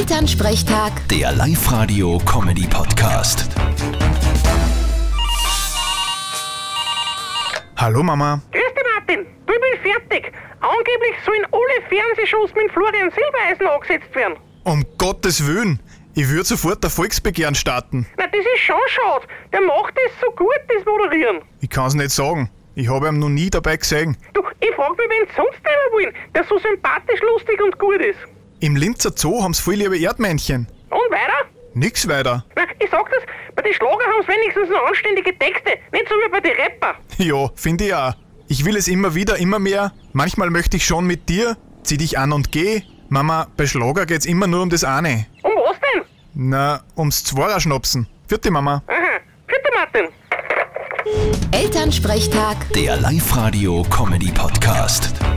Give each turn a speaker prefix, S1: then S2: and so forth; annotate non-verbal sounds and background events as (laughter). S1: Elternsprechtag,
S2: Der Live-Radio-Comedy-Podcast.
S3: Hallo Mama.
S4: Grüß dich, Martin. Du, ich bin fertig. Angeblich sollen alle Fernsehshows mit Florian Silbereisen angesetzt werden.
S3: Um Gottes Willen, ich würde sofort ein Volksbegehren starten.
S4: Na, das ist schon schade. Der macht das so gut, das Moderieren.
S3: Ich kann's nicht sagen. Ich habe ihn noch nie dabei gesehen.
S4: Du, ich frag mich, wen sie sonst immer wollen, der so sympathisch, lustig und gut ist.
S3: Im Linzer Zoo haben's viel liebe Erdmännchen.
S4: Und weiter?
S3: Nix weiter. (laughs)
S4: Na, ich sag das, bei den Schlager haben sie wenigstens noch anständige Texte, nicht so wie bei den Rapper.
S3: Ja, finde ich auch. Ich will es immer wieder, immer mehr. Manchmal möchte ich schon mit dir. Zieh dich an und geh. Mama, bei Schlager geht's immer nur um das eine.
S4: Um was denn?
S3: Na, ums Zwarer-Schnapsen. Vierte Mama.
S4: Aha, bitte, Martin.
S1: Elternsprechtag.
S2: Der Live-Radio-Comedy-Podcast.